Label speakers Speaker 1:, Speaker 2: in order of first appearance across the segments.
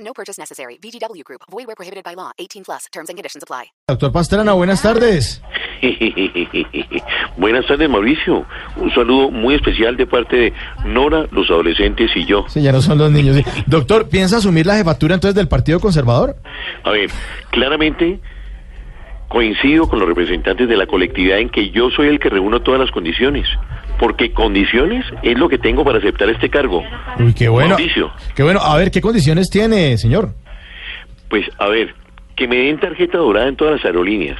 Speaker 1: No purchase necessary. VGW Group. Void where prohibited by law. 18 plus. Terms and conditions apply.
Speaker 2: Doctor Pastrana, buenas tardes.
Speaker 3: Buenas tardes, Mauricio. Un saludo muy especial de parte de Nora, los adolescentes y yo.
Speaker 2: Sí, ya no son los niños. sí. Doctor, ¿piensa asumir la jefatura entonces del Partido Conservador?
Speaker 3: A ver, claramente coincido con los representantes de la colectividad en que yo soy el que reúno todas las condiciones, porque condiciones es lo que tengo para aceptar este cargo.
Speaker 2: Uy, qué bueno.
Speaker 3: Mauricio.
Speaker 2: Qué bueno. A ver, ¿qué condiciones tiene, señor?
Speaker 3: Pues a ver, que me den tarjeta dorada en todas las aerolíneas,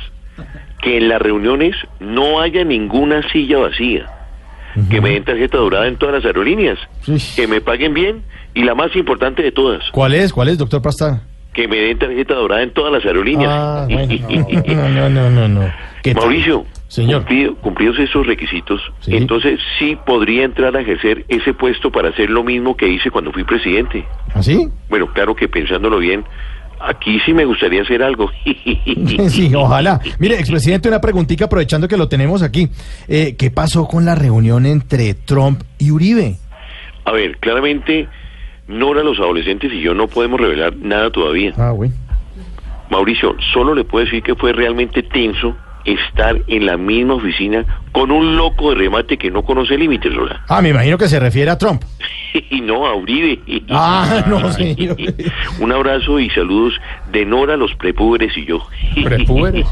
Speaker 3: que en las reuniones no haya ninguna silla vacía, que me den tarjeta dorada en todas las aerolíneas,
Speaker 2: Sí.
Speaker 3: que me paguen bien y la más importante de todas,
Speaker 2: ¿Cuál es? ¿Cuál es, doctor Pastrana?
Speaker 3: que me den tarjeta dorada en todas las aerolíneas.
Speaker 2: Ah, bueno. No, no, no, no. no. ¿Qué tal?
Speaker 3: Mauricio,
Speaker 2: Señor.
Speaker 3: cumplido- cumplidos esos requisitos,
Speaker 2: Sí.
Speaker 3: entonces sí podría entrar a ejercer ese puesto para hacer lo mismo que hice cuando fui presidente.
Speaker 2: ¿Así?
Speaker 3: Bueno, claro que pensándolo bien, aquí sí me gustaría hacer algo.
Speaker 2: Sí, ojalá. Mire, expresidente, una preguntita aprovechando que lo tenemos aquí. Eh, ¿Qué pasó con la reunión entre Trump y Uribe?
Speaker 3: A ver, claramente, Nora, los adolescentes y yo no podemos revelar nada todavía.
Speaker 2: Ah, güey.
Speaker 3: Mauricio, solo le puedo decir que fue realmente tenso estar en la misma oficina con un loco de remate que no conoce límites, Lola.
Speaker 2: Ah, me imagino que se refiere a Trump.
Speaker 3: Y no, a Uribe.
Speaker 2: Ah, no, señor.
Speaker 3: Un abrazo y saludos de Nora, los prepúberes y yo.
Speaker 2: Prepúberes.